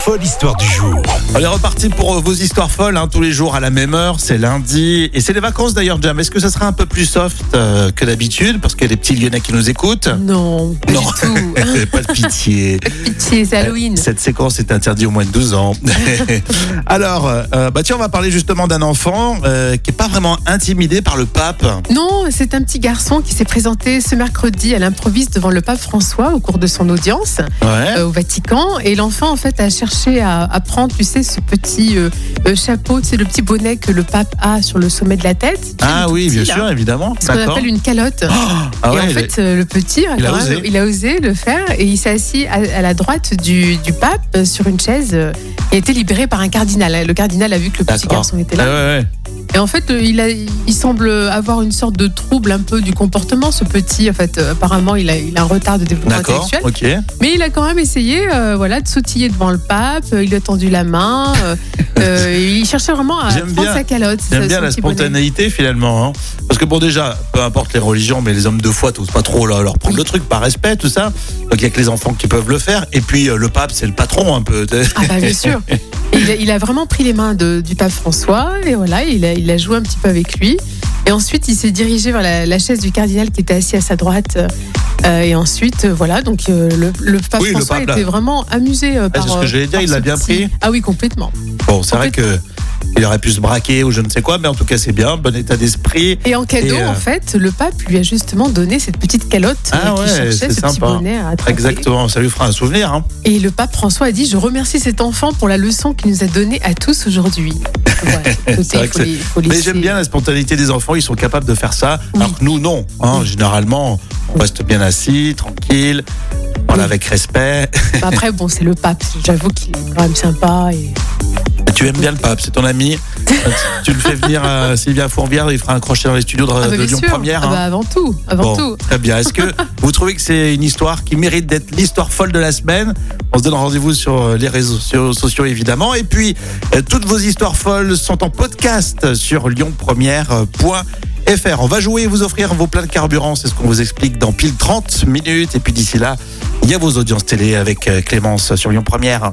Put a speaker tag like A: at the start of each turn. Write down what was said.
A: Folle histoire du jour.
B: On est reparti pour euh, vos histoires folles, hein, tous les jours à la même heure, c'est lundi. Et c'est les vacances d'ailleurs, Jam. Est-ce que ça sera un peu plus soft euh, que d'habitude Parce qu'il y a des petits Lyonnais qui nous écoutent.
C: Non, pas
B: Non.
C: du tout.
B: Pas de pitié.
C: Pitié, c'est Halloween.
B: Cette séquence est interdite aux moins de 12 ans. Alors, euh, bah tiens, on va parler justement d'un enfant euh, qui n'est pas vraiment intimidé par le pape.
C: Non, c'est un petit garçon qui s'est présenté ce mercredi à l'improviste devant le pape François au cours de son audience
B: Ouais.
C: euh, au Vatican. Et l'enfant, en fait, a cherché à, à prendre, tu sais, ce petit euh, euh, chapeau, c'est le petit bonnet que le pape a sur le sommet de la tête. Tu sais,
B: Ah
C: le tout
B: oui, bien
C: petit, là.
B: sûr, évidemment.
C: Ce qu'on appelle une calotte.
B: Ah
C: et
B: ouais,
C: en
B: il est-
C: fait, euh, le petit,
B: il a
C: quand même,
B: osé.
C: il a osé le faire et il s'est assis à, à la droite du, du pape euh, sur une chaise euh, et a été libéré par un cardinal. Le cardinal a vu que le petit
B: D'accord.
C: garçon était
B: Ah
C: là.
B: ouais, ouais.
C: Et en fait, euh, il, a- il semble avoir une sorte de trouble un peu du comportement, ce petit. En fait, euh, apparemment, il a, il a un retard de développement
B: D'accord,
C: intellectuel.
B: ok.
C: Mais il a quand même essayé euh, voilà, de sautiller devant le pape. euh, Il lui a tendu la main. euh, euh, il cherchait vraiment à
B: J'aime
C: prendre
B: bien-
C: sa calotte.
B: J'aime
C: sa-
B: bien
C: son
B: la
C: petit bonnet.
B: spontanéité finalement. hein. Parce que bon déjà, peu importe les religions, mais les hommes de foi n'osent pas trop leur, leur prendre le truc par respect, tout ça. Donc il y a que les enfants qui peuvent le faire. Et puis euh, le pape, c'est le patron un peu.
C: Ah bah bien sûr. Et Il a, il a vraiment pris les mains de- du pape François et voilà, il a, il a joué un petit peu avec lui. Et ensuite, il s'est dirigé vers la, la chaise du cardinal qui était assis à sa droite. Euh, et ensuite, euh, voilà, donc euh, le, le pape
B: Oui, le
C: François
B: pape, là. Ah,
C: était vraiment amusé euh, par.
B: c'est ce que
C: euh,
B: j'allais dire,
C: par
B: il l'a
C: ce
B: bien
C: petit-
B: pris
C: Ah oui, complètement.
B: Bon, c'est vrai que il aurait pu se braquer ou je ne sais quoi, mais en tout cas c'est bien, bon état d'esprit.
C: Et en cadeau,
B: Et, euh,
C: en fait, le pape lui a justement donné cette petite calotte
B: Ah
C: euh, qu'il
B: ouais, c'est
C: cherchait, ce petit
B: sympa.
C: bonnet à attraper.
B: Exactement, ça lui fera un souvenir. hein.
C: Et le pape François a dit Je remercie cet enfant pour la leçon qu'il nous a donnée à tous aujourd'hui. Voilà, écoutez,
B: vrai que
C: faut les- faut
B: Mais
C: laisser-
B: j'aime bien la spontanéité des enfants, ils sont capables de faire ça,
C: Oui.
B: alors que nous non. hein. Généralement, on reste bien assis, tranquille, voilà,
C: Oui.
B: avec respect.
C: Bah Après, bon, c'est le pape. J'avoue qu'il est quand même sympa. Et...
B: Ah, Tu aimes bien le pape, c'est ton ami. Tu- tu le fais venir à Sylvia Fourvière, il fera un crochet dans les studios de,
C: Ah, bah,
B: de
C: bien
B: Lyon
C: sûr.
B: Première.
C: Ah,
B: hein.
C: bah, avant tout, avant
B: Bon,
C: tout.
B: très bien. Est-ce que vous trouvez que c'est une histoire qui mérite d'être l'histoire folle de la semaine On se donne rendez-vous sur euh, les réseaux so- sociaux évidemment. Et puis, euh, toutes vos histoires folles sont en podcast sur lyonpremière.fr. On va jouer et vous offrir vos pleins de carburant. C'est ce qu'on vous explique dans pile 30 minutes. Et puis d'ici là, il y a vos audiences télé avec euh, Clémence sur Lyon Première.